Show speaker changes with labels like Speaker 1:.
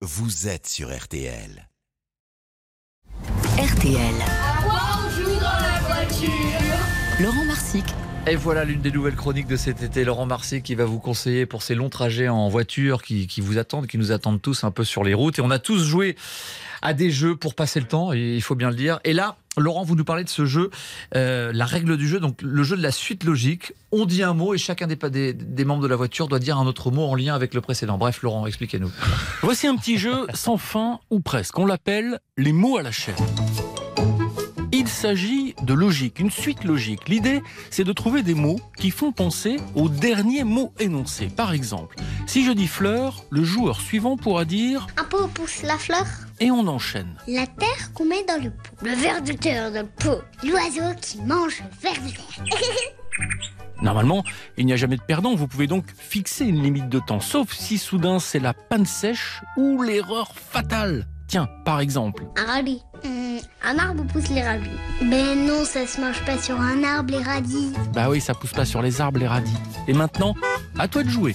Speaker 1: Vous êtes sur RTL.
Speaker 2: RTL.
Speaker 3: on joue dans la voiture.
Speaker 2: Laurent Marsic.
Speaker 4: Et voilà l'une des nouvelles chroniques de cet été. Laurent Marseille qui va vous conseiller pour ces longs trajets en voiture qui, qui vous attendent, qui nous attendent tous un peu sur les routes. Et on a tous joué à des jeux pour passer le temps, et il faut bien le dire. Et là, Laurent, vous nous parlez de ce jeu, euh, la règle du jeu, donc le jeu de la suite logique. On dit un mot et chacun des, pa- des- des membres de la voiture doit dire un autre mot en lien avec le précédent. Bref, Laurent, expliquez-nous.
Speaker 5: Voici un petit jeu sans fin ou presque. On l'appelle les mots à la chaîne. Il s'agit de logique, une suite logique. L'idée, c'est de trouver des mots qui font penser au dernier mot énoncé. Par exemple, si je dis fleur, le joueur suivant pourra dire
Speaker 6: Un pot au pouce, la fleur,
Speaker 5: et on enchaîne.
Speaker 6: la terre qu'on met dans le pot, le ver de terre dans le pot, l'oiseau qui mange le ver de terre.
Speaker 5: Normalement, il n'y a jamais de perdant, vous pouvez donc fixer une limite de temps, sauf si soudain c'est la panne sèche ou l'erreur fatale. Tiens, par exemple,
Speaker 6: Un radis. Hum, un arbre pousse les radis. Ben non, ça se mange pas sur un arbre, les radis.
Speaker 5: Bah oui, ça pousse pas sur les arbres, les radis. Et maintenant, à toi de jouer.